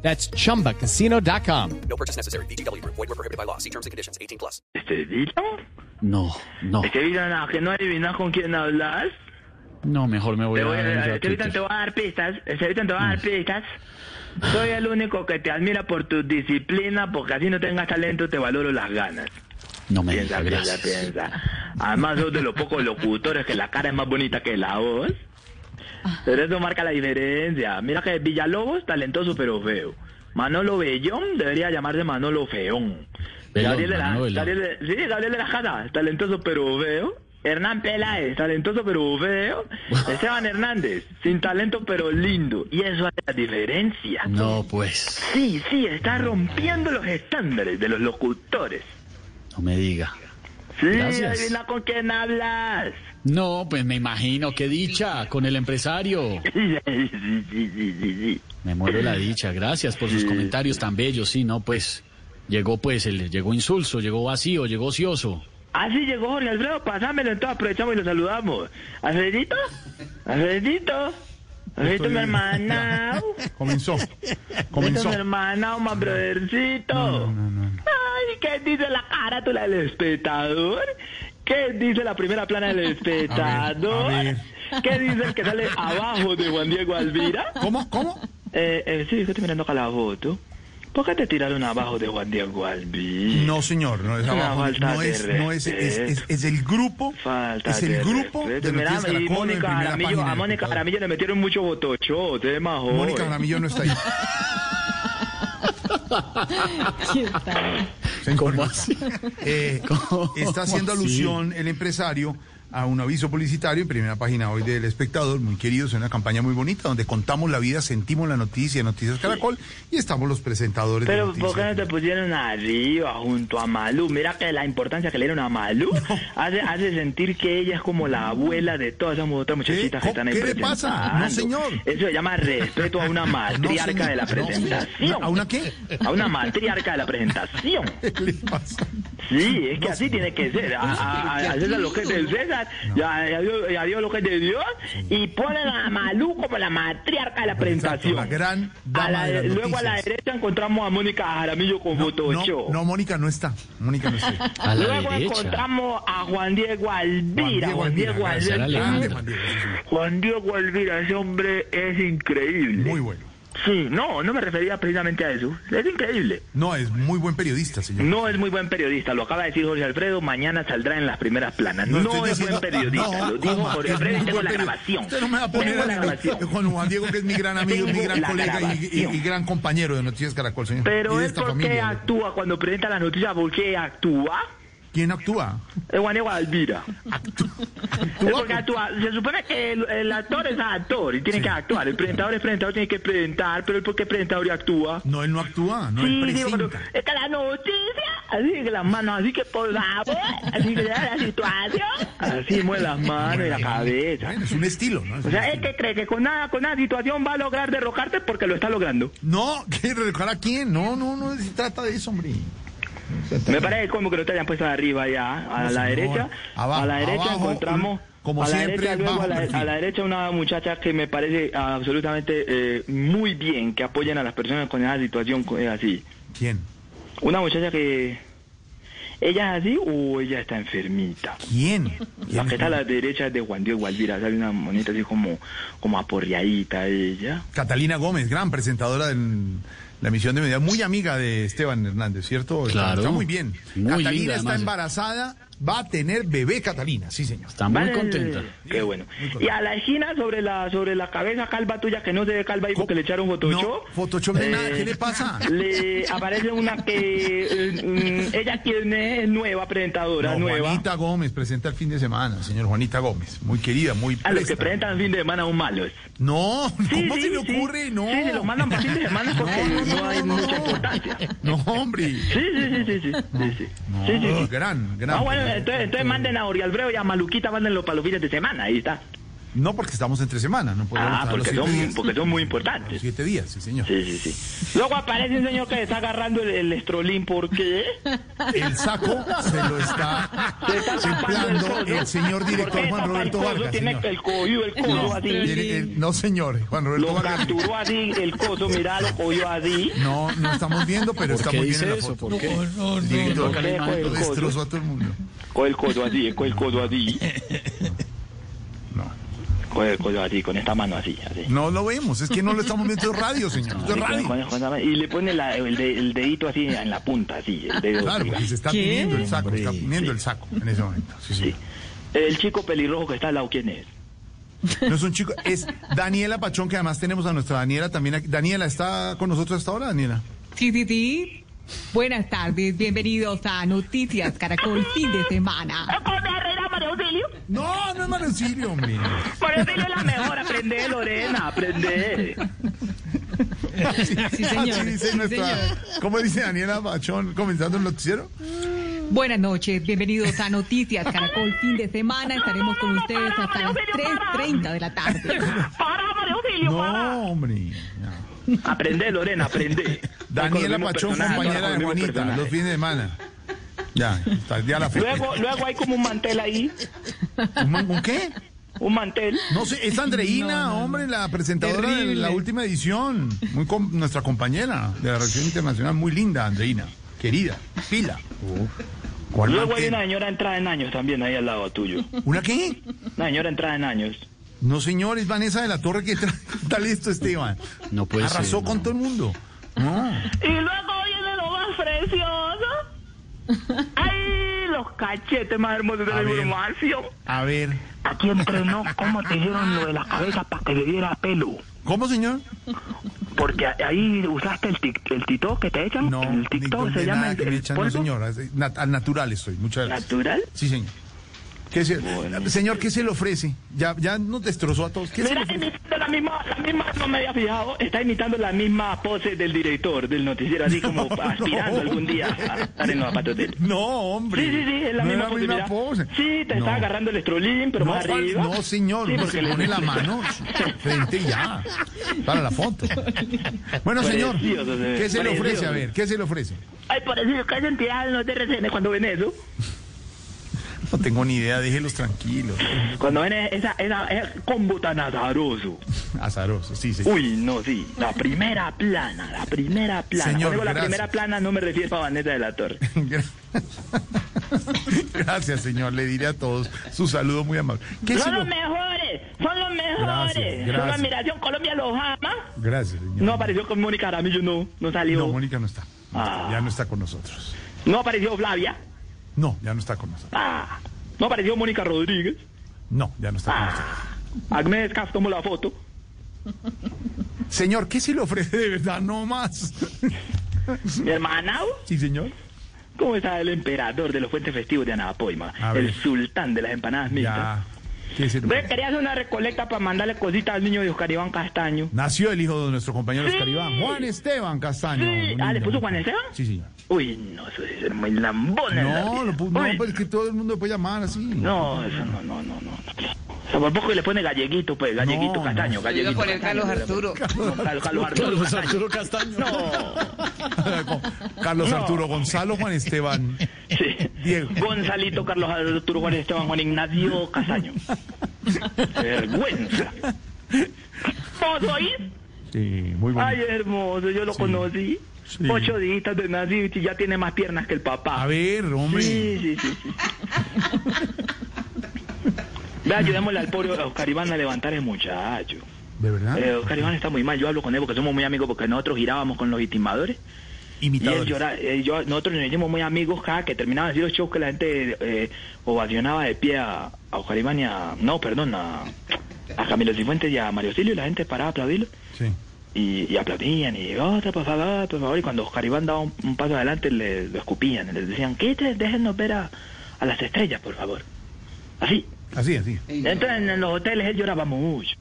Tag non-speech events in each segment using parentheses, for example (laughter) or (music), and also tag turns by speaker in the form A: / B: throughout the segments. A: That's chumbacasino.com.
B: No purchase necessary. BGW. Void were prohibited by law. See terms and conditions. 18 plus.
C: ¿Estelita?
D: No, no,
C: Estelita, no, ¿Este que no adivinas con quién hablas.
D: no, mejor me voy
C: Te
D: a
C: voy
D: dar
C: a,
D: ya a
C: Estevita, te
D: Twitter. Mm.
C: voy a dar pistas. Estelita, te voy a dar pistas. Soy el único que te admira por tu disciplina, porque así no tengas talento, te valoro las ganas.
D: No me
C: Piensa,
D: digas,
C: piensa,
D: gracias.
C: piensa. Además, sos de los pocos locutores que la cara es más bonita que la voz. Pero eso marca la diferencia. Mira que Villalobos, talentoso pero feo. Manolo Bellón debería llamarse Manolo Feón.
D: Bellón,
C: Gabriel de la,
D: Manolo Bellón.
C: Gabriel de- sí, Gabriel de la Jada, talentoso pero feo. Hernán Peláez, talentoso pero feo.
D: (laughs)
C: Esteban Hernández, sin talento pero lindo. Y eso hace la diferencia.
D: No, pues,
C: Sí, sí, está rompiendo los estándares de los locutores.
D: no me diga.
C: Sí,
D: Gracias.
C: adivina con quién hablas. (laughs)
D: No, pues me imagino, qué dicha, con el empresario.
C: Sí, sí, sí, sí, sí, sí.
D: Me muero la dicha, gracias por sus comentarios tan bellos, sí, no, pues, llegó pues, el, llegó insulso, llegó vacío, llegó ocioso.
C: Así llegó Jorge Alfredo, pasámelo, entonces aprovechamos y lo saludamos. ¿Alfredito? ¿Alfredito? ¿Alfredito, mi
E: (laughs)
C: hermana?
E: Comenzó.
C: ¿Alfredito,
E: Comenzó.
C: mi hermana, o más brothercito? Ay, ¿qué dice la carátula del espectador? ¿Qué dice la primera plana
E: (laughs)
C: del espectador?
E: ver.
C: ¿Qué dice el que sale abajo de Juan Diego Alvira?
E: ¿Cómo? ¿Cómo?
C: Eh, eh, sí, estoy mirando acá la foto. ¿Por qué te tiraron abajo de Juan Diego Albi?
E: No, señor, no es
C: Una
E: abajo.
C: falta
E: No
C: de
E: es, no es, es, es, es el grupo.
C: Falta
E: es el
C: de
E: grupo
C: respeto.
E: de Noticias
C: Mira, y
E: Caracol en
C: Mónica
E: primera
C: Jaramillo,
E: página
C: a
E: del
C: Mónica
E: espectador.
C: Jaramillo le metieron mucho botocho, te majo.
E: Mónica Jaramillo no
C: (laughs)
E: está ahí. Señor,
D: ¿Cómo así?
E: eh,
D: ¿Cómo
E: está haciendo
D: así?
E: alusión el empresario a un aviso publicitario en primera página hoy del espectador, muy queridos, en una campaña muy bonita donde contamos la vida, sentimos la noticia, Noticias Caracol, y estamos los presentadores de
C: Pero
E: Noticias.
C: ¿por qué no te pusieron arriba junto a Malú? Mira que la importancia que le dieron a Malú hace, hace sentir que ella es como la abuela de todas esas otras muchachitas que
E: ¿Cómo?
C: están ahí
E: ¿Qué le pasa?
C: presentando.
E: No, señor.
C: Eso se llama respeto a una
E: (laughs) No,
C: matriarca
E: señor,
C: de la
E: no, señor.
C: presentación.
E: ¿A una qué?
C: (laughs) A una matriarca de la presentación.
E: ¿Qué le pasa?
C: Sí, es que así tiene que
E: (laughs)
C: ser. A, a- a César lo que es del César, y a, y a Dios, y a Dios lo que es de Dios, y ponen a Malú como la matriarca de la presentación.
E: la gran dama
C: A la-
E: de las
C: Luego a la
E: noticias.
C: derecha encontramos a Mónica Jaramillo con foto
E: No, no, Mónica no está. Mónica
C: (laughs)
E: no está.
D: A la
C: Luego
D: derecha.
C: encontramos a Juan Diego Alvira. Juan Diego
E: gracias.
D: Alvira.
C: Alvira. Ah,
E: Grande Juan Diego, sí, señor.
C: Juan Diego Alvira, ese hombre es increíble.
E: Muy bueno.
C: Sí, no, no me refería precisamente a eso. Es increíble.
E: No, es muy buen periodista, señor.
C: No es muy buen periodista, lo acaba de decir Jorge Alfredo, mañana saldrá en las primeras planas. No,
E: estoy
C: es
E: diciendo-
C: buen periodista,
E: No,
C: lo dijo
E: coma,
C: Jorge
E: es
C: Alfredo y
E: muy
C: tengo
E: buen
C: la
E: periodista.
C: grabación.
E: Usted no me va a poner
C: Tengo la
E: a discutir
C: grabación.
E: con Juan Diego, que es mi gran amigo,
C: Tengo
E: mi gran
C: la
E: colega y- y,
C: grabación.
E: y gran compañero de Noticias Caracol, señor. y
C: Pero
E: de
C: él
E: esta
C: por qué
E: familia.
C: actúa cuando presenta las noticias, ¿por qué actúa?
E: ¿Quién actúa?
C: Es Juan Diego Alvira. Es porque actúa. Se supone que el, el actor es actor y tiene que actuar. El presentador es presentador, tiene que presentar, pero él por qué presentador y actúa.
E: No, él no actúa, no él
C: Sí, digo, pero
E: presenta.
C: es que la noticia, así que las manos, así que por favor, así que ya la situación, así mueve las manos y la cabeza.
E: Bueno, es un estilo, ¿no?
C: (laughs)
E: Es
C: O
E: un
C: sea, es
E: estilo.
C: que cree que con nada, con nada situación va a lograr derrocarte porque lo está logrando.
E: No, ¿qué relojar a quién? No, no, no se trata de eso, hombre. No se trata
C: Me
E: de-
C: parece como que no te hayan puesto arriba ya, a
E: No,
C: la
E: señor.
C: derecha,
E: Abajo,
C: a la derecha
E: abajo,
C: encontramos,
E: como
C: a la
E: siempre,
C: derecha luego
E: bajo
C: a la,
E: perfil.
C: a la derecha una muchacha que me parece absolutamente eh, muy bien que apoyen a las personas con esa situación eh, así.
E: ¿Quién?
C: Una muchacha que ella es así o ella está enfermita.
E: ¿Quién?
C: La
E: ¿Quién?
C: que está a la derecha es de Juan Diego Alvira, sale una monita así como, como aporreadita ella.
E: Catalina Gómez, gran presentadora de la emisión de media, muy amiga de Esteban Hernández, ¿cierto? Está-
D: Claro.
E: Está muy bien.
D: Muy
E: Catalina
D: linda,
E: está
D: además.
E: embarazada va a tener bebé Catalina, sí señor.
D: Está muy
C: Vale,
D: contenta.
C: Qué bueno. Y a la esquina sobre la sobre la cabeza calva tuya que no se ve calva y porque le echaron
E: No,
C: Photoshop.
E: Photoshop de nada,
C: eh,
E: ¿qué le pasa?
C: (laughs) Le aparece una que eh, mm, ella tiene es nueva presentadora
E: No,
C: nueva.
E: Juanita Gómez presenta el fin de semana, señor Juanita Gómez, muy querida, muy
C: A los Ah, que
E: presta.
C: presentan fin de semana aún malos.
E: No, ¿cómo se le ocurre?
C: Sí,
E: No.
C: Sí, se los mandan para fin de semana porque no, hay mucha importancia.
E: (laughs) No, hombre.
C: Sí, sí, sí, sí, sí. sí, sí.
E: No,
C: Sí, sí, sí.
E: Gran, gran.
C: Ah, bueno, entonces, entonces manden a Orialbreo y a Maluquita, mándenlo para los fines de semana, ahí está.
E: No, porque estamos entre semana, no podemos
C: Ah,
E: estar los
C: porque
E: siete
C: son,
E: días.
C: porque son muy
E: Los
C: importantes.
E: siete días, sí, señor.
C: Sí, sí, sí. Luego aparece un señor que le está agarrando el, el estrolín, ¿por qué?
E: El saco se lo está
C: Se está tapando el
E: templando
C: codo.
E: el señor
C: ¿Por
E: director
C: qué
E: Juan
C: tapa
E: Roberto
C: el codo?
E: Vargas.
C: Tiene
E: señor.
C: el codo, el codo
E: No,
C: así.
E: tiene- eh, no, señor, Juan Roberto
C: Lo
E: Vargas.
C: capturó así, el coso, mirá, lo cogió así.
E: No, no estamos viendo, pero
D: ¿Por
E: está
D: qué
E: muy bien
D: dice
E: en la
D: eso?
E: foto.
D: ¿Por qué?
E: El
D: no,
E: director
D: no, no,
E: lo
D: no,
E: destrozó a todo el mundo.
C: Coge el codo así, coge el codo así.
E: No.
C: Coge el codo así, con esta mano así, así.
E: No lo vemos, es que no lo estamos viendo, es radio, señor. Esto es
C: Con-
E: radio.
C: con- con- Y le pone la- el, de- el dedito así en la punta, así, el dedo.
E: Claro, pues.
C: arriba.
E: porque se está
F: ¿Qué?
E: tiniendo el saco,
D: Hombre,
E: está tiniendo el saco en ese momento. Sí,
C: Sí.
E: sí.
C: El chico pelirrojo que está al lado, ¿quién es?
E: No es un chico, es Daniela Pachón, que además tenemos a nuestra Daniela también aquí. Daniela, ¿está con nosotros hasta ahora, Daniela?
F: Sí, sí, sí. Buenas tardes, bienvenidos a Noticias Caracol fin de semana.
E: No, no es Marencilio, hombre.
C: Por eso es la mejor, aprende Lorena, aprende.
F: Sí, señor,
E: Así dice
F: sí,
E: nuestra-
F: señor.
E: ¿Cómo dice Daniela Pachón comenzando el noticiero?
F: Buenas noches, bienvenidos a Noticias Caracol fin de semana. Estaremos con ustedes hasta las 3.30 de la tarde.
E: No, hombre. No.
C: Aprende Lorena, aprende.
E: Daniela
C: Con los mismos
E: Pachón,
C: personajes,
E: compañera
C: con
E: de
C: los mismos
E: Juanita,
C: personajes.
E: los fines de semana. Ya, está, ya la fe.
C: Luego, luego hay como un mantel ahí,
E: ¿Un, man- un qué?
C: un mantel.
E: No sé, es Andreina, hombre, la presentadora de la
F: Terrible.
E: última edición. Muy com- nuestra compañera de la región internacional, muy linda, Andreina. Querida, pila. ¿Cuál
C: Luego hay
E: mantel?
C: una señora entrada en años también ahí al lado tuyo.
E: ¿Una qué?
C: Una señora entrada en años.
E: No, señor, es Vanessa de la Torre que tra- (laughs) está listo, Esteban.
D: No puede
E: Arrasó
D: ser,
E: con
D: Pues, eh, no.
E: todo el mundo. No.
G: Y luego viene lo más
C: (laughs)
G: precioso. Ay, los cachetes más hermosos
E: A
C: Ah,
G: del
E: ver.
G: Marcio.
E: A ver.
G: Aquí entrenó cómo te hicieron lo de la cabeza para que le diera pelo.
E: ¿Cómo, señor?
G: Porque a- ahí usaste el, tic- el tito que te echan.
E: No,
G: el TikTok
E: ningún
G: se
E: de
G: llama
E: nada
G: el,
E: que me
G: el
E: echan, no,
G: polvo
E: señor. Es- nat- al natural estoy, muchas gracias.
C: ¿Natural?
E: Sí, señor. ¿Qué se-
C: Bueno.
E: Señor, ¿qué se le ofrece? Ya, ya nos destrozó a todos. ¿Qué se le
C: Mira,
E: ofrece?
C: imitando la misma, la misma, no me había fijado, está imitando la misma pose del director del noticiero, así como
E: (laughs) No,
C: aspirando
E: no.
C: algún día a estar en los zapatos de él.
E: No, hombre.
C: Sí, sí, sí, es la
E: No
C: misma,
E: es
C: pose, mira.
E: pose.
C: Sí, te
E: No.
C: está agarrando el estrolín, pero
E: No,
C: más
E: Juan,
C: arriba.
E: no, señor,
C: Sí,
E: uno
C: porque
E: se
C: le-
E: pone la mano frente y ya, para la foto. Bueno, señor,
C: Precioso se ve,
E: ¿qué se le
C: precioso.
E: ofrece? A ver, ¿qué se le ofrece?
C: Ay, por eso que sentirán los de RCN cuando ven eso.
E: No tengo ni idea, déjelos tranquilos.
C: Cuando ven esa, esa, ese combo tan azaroso.
E: Azaroso, sí, sí.
C: Uy, no, sí. La primera plana, la primera plana.
E: Señor,
C: Cuando digo la
E: gracias.
C: primera plana no me refiero a Vanessa de la
E: (laughs)
C: Torre.
E: Gra- (laughs) Gracias, señor. Le diré a todos su saludo muy amable. ¿Qué se
C: Son
E: le-
C: los mejores, son los
E: Gracias,
C: mejores. Son
E: gracias.
C: admiración, Colombia los ama.
E: Gracias, señor.
C: No apareció con Mónica Aramillo, no, no salió.
E: No,
C: No,
E: Mónica no está. No está,
C: Ah.
E: Ya no está con nosotros.
C: apareció Flavia.
E: No, ya no está con nosotros.
C: Ah. No apareció Mónica Rodríguez.
E: No, ya no está
C: Ah.
E: con nosotros.
C: Agnes Castro tomó la foto.
E: Señor, ¿qué se le ofrece de verdad? No más.
C: Mi hermana,
E: Sí, señor.
C: ¿cómo está el emperador de los fuentes festivos de Anapoima?
E: A ver.
C: El sultán de las empanadas mixtas.
E: Ya. ¿Qué se le
C: Ve,
E: ofrece?
C: quería hacer una recolecta para mandarle cositas al niño de Oscar Iván Castaño.
E: Nació el hijo de nuestro compañero
C: Sí.
E: Oscar Iván, Juan Esteban Castaño.
C: Sí. Ah, ¿le
E: Lindo.
C: puso Juan Esteban?
E: Sí, señor.
C: Uy, no, eso es ser muy lambón. en la
E: No,
C: vida.
E: lo puso, no,
C: Uy,
E: pues es que todo el mundo puede llamar así. (laughs)
C: No, eso no, no, no, no. O sea, por poco le pone galleguito, pues, galleguito
E: No,
C: castaño,
E: no.
H: Yo
C: galleguito.
H: iba a poner
C: Castaño, pues,
H: Carlos Arturo.
C: No,
E: (laughs)
C: Carlos, Carlos Arturo.
D: Carlos
C: Castaño.
D: Arturo Castaño.
C: No.
E: Carlos
C: No.
E: Arturo Gonzalo, Juan Esteban.
C: Sí.
E: Diego.
C: Gonzalito, Carlos Arturo, Juan Esteban, Juan Ignacio
E: (laughs)
C: Castaño. Vergüenza.
G: ¿Vos oís?
E: Sí, muy bonito.
C: Ay, eh. hermoso, yo lo conocí.
E: Sí.
C: Ocho días de nacido y ya tiene más piernas que el papá.
E: A ver, hombre.
C: Sí, sí, sí. sí. Ve, ayudémosle al pobre Oscar Iván a levantar el muchacho.
E: ¿De verdad?
C: Eh, Oscar Iván está muy mal, yo hablo con él porque somos muy amigos porque nosotros girábamos con los intimadores Y él
E: Imitadores.
C: llora, eh, yo, nosotros nos hicimos muy amigos cada que terminaban así los shows que la gente eh, ovacionaba de pie a, a Oscar Iván y a, no, perdón, a, a Camilo Cifuentes y a Mario Silio, y la gente paraba a aplaudirlo
E: Sí.
C: y, y aplaudían y otra, por favor, por favor, y cuando Oscar Iván daba un, un paso adelante le, lo escupían, les decían, quítate, déjennos ver a, a las estrellas, por favor. Así.
E: Así, así.
C: Entonces en los hoteles él lloraba mucho.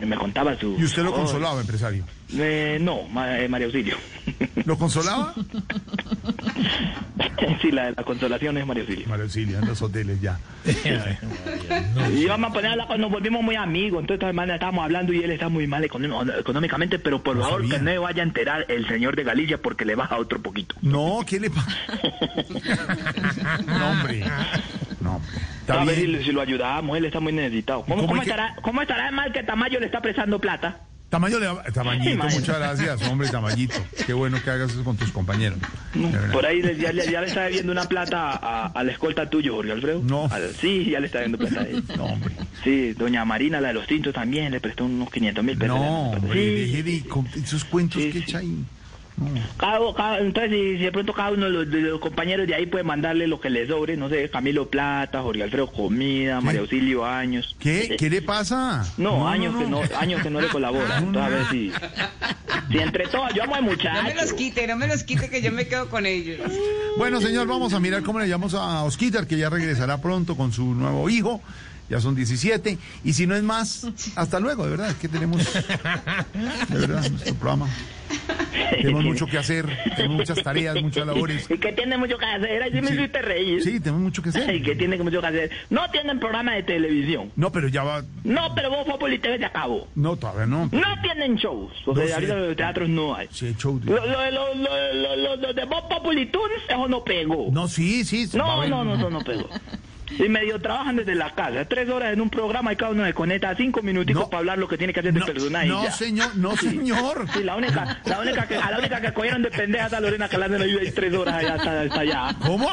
C: Y me contaba su...
E: ¿Y usted lo
C: oh,
E: consolaba, empresario?
C: eh, no, ma- eh, Mario Silio.
E: ¿Lo consolaba?
C: (laughs) sí, la, la consolación es Mario Silio.
E: Mario Silvia, en los hoteles ya.
C: Y vamos a poner a hablar, nos volvimos muy amigos, entonces esta semana estábamos hablando y él está muy mal econo- económicamente, pero por
E: No
C: favor
E: sabía.
C: que no me vaya a enterar el señor de Galicia porque le baja otro poquito.
E: No,
C: (laughs)
E: ¿qué le pasa? no, hombre. No, hombre.
C: a
E: Está
C: ver si,
E: bien.
C: lo- si lo ayudamos, él está muy necesitado. ¿Cómo,
E: ¿Cómo
C: cómo
E: es que-
C: estará, cómo estará de mal que Tamayo le está prestando plata?
E: Tamayo le va- Tamañito,
C: Tamayo.
E: muchas gracias, hombre, Tamayito. Qué bueno que hagas eso con tus compañeros. De verdad.
C: Mm, Por ahí le- ya, le- ya le está debiendo una plata a, a la escolta tuyo, Jorge Alfredo.
E: No.
C: Al- sí, ya le está debiendo plata a él.
E: No, hombre.
C: Sí, doña Marina, la de los tintos, también le prestó unos 500 mil pesos.
E: No, hombre,
C: Sí,
E: deje de con- esos cuentos
C: Sí,
E: que
C: sí.
E: echa ahí.
C: Cada- cada- entonces, si, si de pronto cada uno de los, de los compañeros de ahí puede mandarle lo que le sobre, no sé, Camilo Plata, Jorge Alfredo Comida, María Auxilio Años. Eh,
E: ¿Qué? ¿Qué le pasa?
C: No, años que no, años que no le colabora. Entonces, a ver si, si entre todos, yo amo al
H: No me los
C: muchacho.
H: quite, no me los quite, que yo me quedo con ellos.
E: Bueno, señor, vamos a mirar cómo le llamamos a Osquitar, que ya regresará pronto con su nuevo hijo. Ya son 17. Y si no es más, hasta luego, de verdad. Es que tenemos, de verdad, nuestro programa. Tenemos mucho que hacer, tenemos muchas tareas, muchas labores.
C: (laughs) Y que tiene mucho que hacer, así me
E: Sí.
C: hiciste reír.
E: Sí, tenemos mucho que
C: Ay, que
E: hacer.
C: tiene mucho que hacer. No tienen programa de televisión.
E: No, pero ya va.
C: No, pero vos Populi TV se acabó.
E: No, todavía no.
C: No tienen shows. O
E: No
C: sea,
E: sé.
C: ahorita los teatros no hay.
E: Sí, hay show.
C: Lo, lo, lo, lo- lo- lo- lo de Vos Populi Tunes, eso no pegó.
E: No, sí, sí. va a
C: no,
E: haber-
C: no, no, eso no pegó. Y medio trabajan desde la casa. Tres horas en un programa y cada uno se conecta a cinco minutitos
E: No.
C: para hablar lo que tiene que hacer de
E: No,
C: personaje. y
E: no,
C: ya.
E: señor, no, señor.
C: Sí, la única, la única que, a la única que cogieron de pendeja es a Lorena Calando y ahí tres horas allá hasta, hasta allá.
E: ¿Cómo?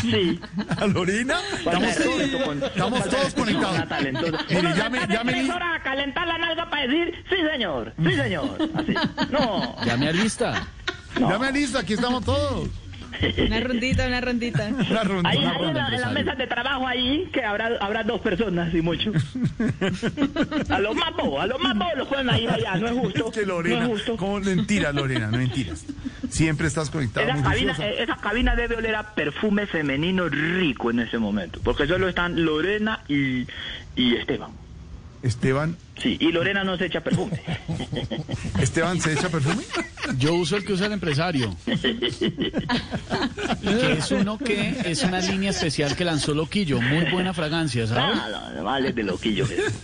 C: Sí.
E: (laughs) ¿A Lorena?
C: Falta de
E: Estamos
C: respeto
E: todos,
C: con-
E: estamos
C: falta de
E: todos
C: respeto con
E: conectados.
C: una talentosa.
E: Mire,
C: Uno se
E: llame,
C: tarda tres
E: llame.
C: horas a calentar la nalga para decir, sí señor, sí señor. Así. No.
D: Ya me alista.
E: Llame a lista, aquí estamos todos.
F: Una rondita, una rondita.
E: Una ronda,
C: Ahí,
E: una
C: ahí en,
E: ronda.
C: la, en las mesas de trabajo ahí, que habrá, habrá dos personas y
E: (laughs)
C: mucho. A los más bobos, a los más bobos los pueden ir allá, no es justo.
E: Es que
C: no
E: Lorena,
C: es justo.
E: ¿cómo? mentira, Lorena, no mentiras. Siempre estás conectada.
C: Esa
E: muy
C: cabina,
E: juiciosa.
C: eh, esa cabina debe oler a perfume femenino rico en ese momento, porque solo están Lorena y, y Esteban.
E: Esteban,
C: Sí, y Lorena no se echa
E: (laughs)
C: perfume.
E: Esteban se echa perfume.
D: Yo uso el que usa el empresario. (laughs) que es uno que es una línea especial que lanzó Loquillo. Muy buena fragancia, ¿sabes?
C: Ah, no, no, vale de loquillo. que es.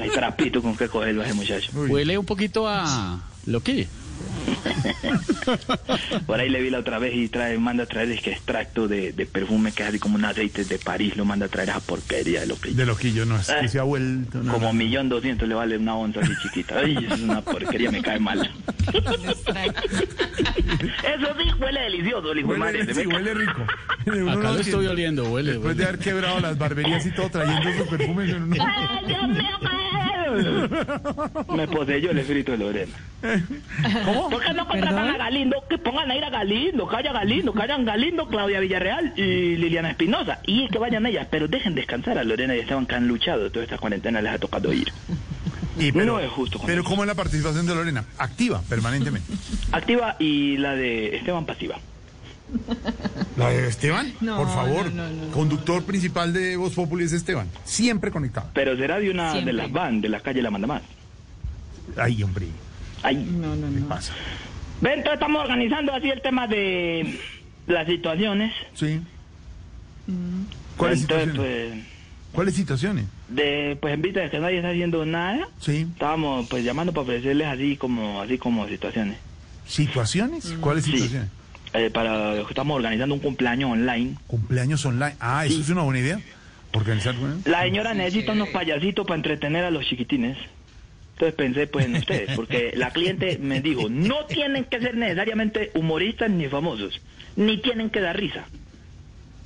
C: Hay trapito con que cogerlo a ese muchacho.
D: Huele un poquito a Loquillo.
C: Por ahí le vi la otra vez y trae, manda a traer es que extracto de, de perfume que es así como un aceite de París, lo manda a traer a porquería de loquillo.
E: De lo que yo no es, que se ha vuelto. no,
C: Como
E: no.
C: millón doscientos le vale una onza así chiquita. Ay, es una porquería, me cae mal. Eso sí, huele delicioso, el hijo de madre.
E: Huele, sí, huele rico. Uno
D: Acá
E: no
D: lo estoy
E: siente.
D: oliendo, huele.
E: Después
D: huele.
E: de haber quebrado las barberías y todo, trayendo esos perfumes. uno no-
G: Ay, Dios mío, pues.
C: (laughs) Me poseyó el espíritu de Lorena. ¿Por qué no contratan a Galindo? Que pongan a ir a Galindo, que haya Galindo, que hayan Galindo, Claudia Villarreal y Liliana Espinosa. Y que vayan ellas, pero dejen descansar a Lorena y Esteban que han luchado. Toda esta cuarentena les ha tocado ir.
E: Y,
C: No es justo con
E: Pero,
C: eso.
E: ¿cómo es la participación de Lorena? Activa, permanentemente.
C: Activa y la de Esteban pasiva.
E: ¿La de Esteban?
F: No,
E: por favor.
F: no, no, no.
E: Conductor principal de Voz Populi es Esteban. Siempre conectado.
C: Pero será de una de
F: Siempre.
C: las van, de las calles La Manda Más.
E: Ay, hombre,
C: Ahí.
F: No, no,
E: ¿qué
F: no.
E: pasa?
C: Ven, entonces estamos organizando así el tema de las situaciones.
E: Sí. ¿Cuáles
C: entonces,
E: situaciones? ¿Cuáles situaciones?
C: pues, de, pues en vista de que nadie está haciendo nada,
E: Sí.
C: estábamos pues llamando para ofrecerles así como, así como situaciones.
E: ¿Situaciones? ¿Cuáles
C: Sí.
E: situaciones?
C: Eh, para estamos organizando un cumpleaños online.
E: Cumpleaños online. Ah, eso es una buena idea. Organizar. bueno.
C: La señora necesita unos payasitos para entretener a los chiquitines. Entonces pensé pues en ustedes, porque la cliente me dijo, no tienen que ser necesariamente humoristas ni famosos, ni tienen que dar risa.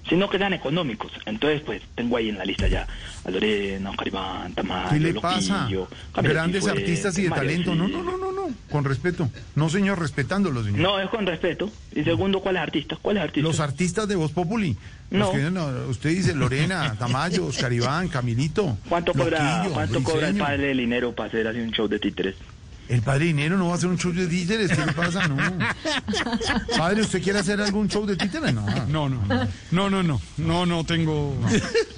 C: sino que sean económicos. Entonces, pues, tengo ahí en la lista ya a Lorena, Oscar Iván, Tamal,
E: ¿Qué le
C: Loquillo,
E: pasa?
C: Camilo
E: Grandes
C: Cifuentes,
E: artistas y de
C: Mario
E: talento. No, no,
C: Cid.
E: no, no, no. Con respeto. No, señor, respetándolo, señor.
C: No, es con respeto. Y segundo, ¿cuáles artistas? ¿Cuáles artistas?
E: Los artistas de Voz Populi. Los
C: No.
E: que vienen a- usted
C: (laughs)
E: dice Lorena, Tamayo, Oscar Iván, Camilito.
C: ¿Cuánto cobra,
E: Loquillo,
C: cuánto cobra el
E: Briseño.
C: padre de dinero para hacer así un show de títeres?
E: El padre dinero no va a hacer un show de títeres. ¿Qué le pasa? No. Padre, ¿usted quiere hacer algún show de títeres? No.
I: No, no, no, no, no, no, no, no tengo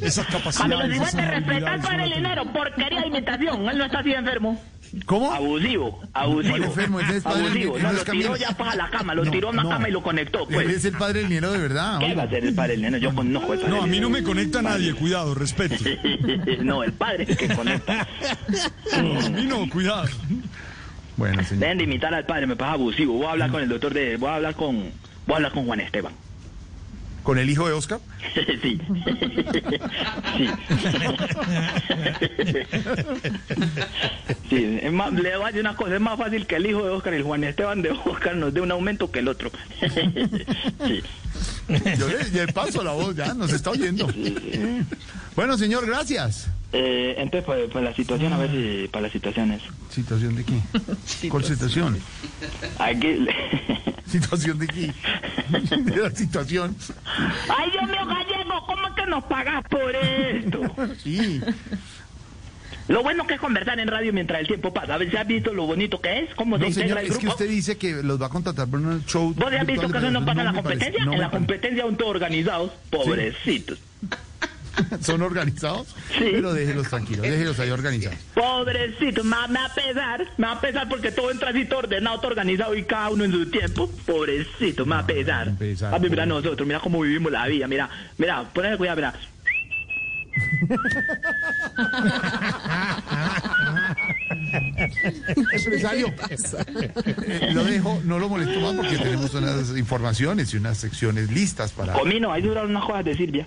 I: esas
G: Cuando
I: capacidades.
G: los digo te
I: esas
G: respetas
I: habilidades,
G: para el
I: no
G: dinero, porquería de imitación, él no está así enfermo.
E: ¿Cómo?
C: Abusivo, abusivo.
E: ¿Cuál enfermo? Ese es padre de-
C: abusivo.
E: ese
C: No,
E: es
C: lo
E: Camilo.
C: tiró ya para la cama, lo
E: No,
C: tiró a una
E: no.
C: cama y lo conectó,
E: Él
C: pues.
E: es el padre del dinero de verdad.
C: ¿Qué
E: oiga.
C: va a hacer el padre del neno? Yo pues, conozco el
I: tengo.
C: padre.
I: No, a
C: del
I: mí no
C: neno.
I: me conecta nadie, cuidado, respeto. (laughs)
C: Eh, no, el padre que conecta.
I: A mí no, cuidado.
E: Bueno, señor.
C: Deben de imitar al padre, me pasa abusivo. Voy a hablar con el doctor de. Voy a hablar con. Voy a hablar con Juan Esteban.
E: ¿Con el hijo de Oscar?
C: sí. sí. sí. Es más, le voy a decir una cosa: es más fácil que el hijo de Oscar, el Juan Esteban de Oscar, nos dé un aumento que el otro. sí.
E: Yo le, le paso la voz, ya nos está oyendo. Bueno, señor, gracias.
C: Eh, entonces, para, para la situación, a ver si. Para las situaciones.
E: ¿Situación de qué? ¿Cuál situación?
C: Aquí. (laughs)
E: ¿Situación de qué? (laughs) De la situación.
G: Ay, Dios mío, gallego, ¿cómo es que nos pagas por esto?
E: Sí.
C: Lo bueno que es conversar en radio mientras el tiempo pasa. A ver si has visto lo bonito que es, cómo se
E: No,
C: integra
E: señor,
C: el
E: es que
C: grupo.
E: usted dice que los va a contratar para un show.
C: ¿Vos ya has visto
E: virtual,
C: que eso
E: pero
C: no pasa en la
E: me parece,
C: competencia?
E: no
C: en
E: me
C: la
E: parece.
C: competencia son todos organizados, pobrecitos.
E: (laughs) Son organizados,
C: Sí.
E: pero déjelos tranquilos, déjelos ahí organizados.
C: Pobrecitos, ma- me va a pesar, me va a pesar porque todo entra así todo ordenado, todo organizado y cada uno en su tiempo. Pobrecito, me va a pesar.
E: un pesar,
C: A mí, mira
E: pobre.
C: nosotros, mira cómo vivimos la vida, mira, mira, ponle cuidado, mira.
E: Empresario, eh, lo dejo, no lo molesto más porque tenemos unas informaciones y unas secciones listas para.
C: Comino, ahí duraron unas cosas de Silvia.